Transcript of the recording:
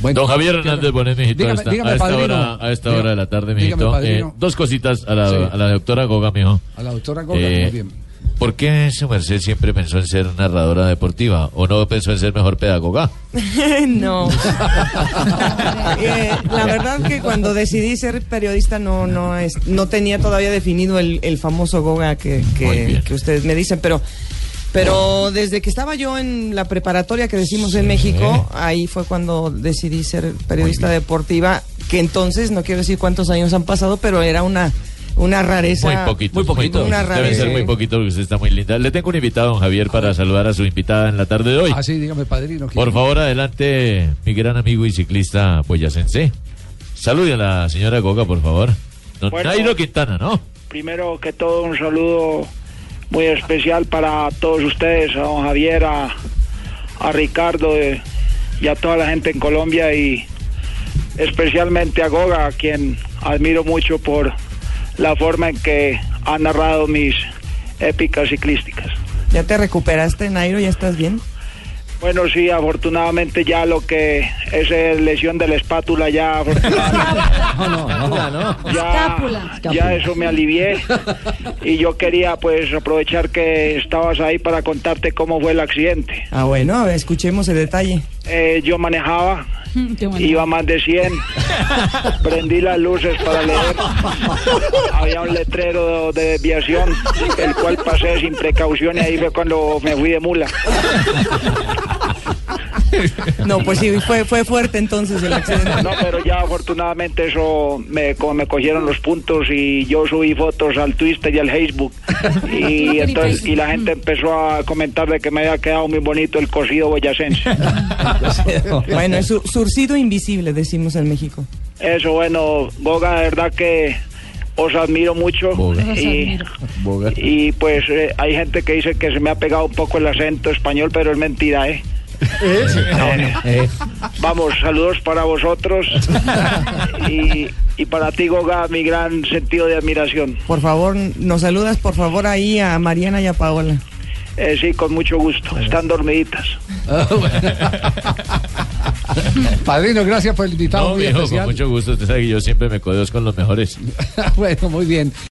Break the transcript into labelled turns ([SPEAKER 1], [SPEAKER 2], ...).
[SPEAKER 1] Bueno, Don Javier Hernández Bonet, mijito, dígame, a esta, dígame, a esta hora, a esta dígame, hora de la tarde, mijito. Eh, dos cositas a la, sí. a la doctora Goga, mijo.
[SPEAKER 2] A la doctora Goga, eh, muy bien.
[SPEAKER 1] ¿Por qué su merced siempre pensó en ser narradora deportiva? ¿O no pensó en ser mejor pedagoga?
[SPEAKER 3] no. eh, la verdad que cuando decidí ser periodista no, no, es, no tenía todavía definido el, el famoso Goga que, que, que ustedes me dicen, pero... Pero desde que estaba yo en la preparatoria que decimos sí. en México, ahí fue cuando decidí ser periodista deportiva, que entonces, no quiero decir cuántos años han pasado, pero era una una rareza.
[SPEAKER 1] Muy poquito.
[SPEAKER 3] Muy
[SPEAKER 1] poquito.
[SPEAKER 3] Una
[SPEAKER 1] rareza. Debe ser muy poquito porque usted está muy linda. Le tengo un invitado, don Javier, para saludar a su invitada en la tarde de hoy.
[SPEAKER 2] Ah, sí, dígame, padrino.
[SPEAKER 1] Por quién? favor, adelante, mi gran amigo y ciclista Boyacense. Salude a la señora Goga, por favor. Don bueno, Nairo Quintana, ¿no?
[SPEAKER 4] Primero que todo, un saludo muy especial para todos ustedes, a don Javier, a, a Ricardo eh, y a toda la gente en Colombia y especialmente a Goga, a quien admiro mucho por la forma en que ha narrado mis épicas ciclísticas.
[SPEAKER 3] ¿Ya te recuperaste, Nairo? ¿Ya estás bien?
[SPEAKER 4] Bueno, sí, afortunadamente ya lo que es eh, lesión de la espátula ya afortunadamente. no, no, no, no. Ya, ya, eso me alivié y yo quería pues aprovechar que estabas ahí para contarte cómo fue el accidente.
[SPEAKER 3] Ah, bueno, a ver, escuchemos el detalle.
[SPEAKER 4] Eh, yo manejaba, iba más de 100, prendí las luces para leer, había un letrero de desviación, el cual pasé sin precaución y ahí fue cuando me fui de mula.
[SPEAKER 3] No, pues sí, fue, fue fuerte entonces el accidente.
[SPEAKER 4] No, pero ya afortunadamente eso, me, como me cogieron los puntos y yo subí fotos al Twitter y al Facebook. Y, entonces, y la gente empezó a comentar de que me había quedado muy bonito el cocido boyacense.
[SPEAKER 3] bueno, es surcido invisible, decimos en México.
[SPEAKER 4] Eso, bueno, Boga, de verdad que os admiro mucho Boga. Y, Boga. y, pues eh, hay gente que dice que se me ha pegado un poco el acento español, pero es mentira, ¿eh? Eh, eh, vamos, saludos para vosotros y, y, para ti, Goga, mi gran sentido de admiración.
[SPEAKER 3] Por favor, nos saludas por favor ahí a Mariana y a Paola.
[SPEAKER 4] Eh, sí, con mucho gusto. Están dormiditas. Oh, bueno.
[SPEAKER 2] Padrino, gracias por el invitado. No,
[SPEAKER 1] muy mijo, con mucho gusto. Usted sabe que yo siempre me codeo con los mejores.
[SPEAKER 2] bueno, muy bien.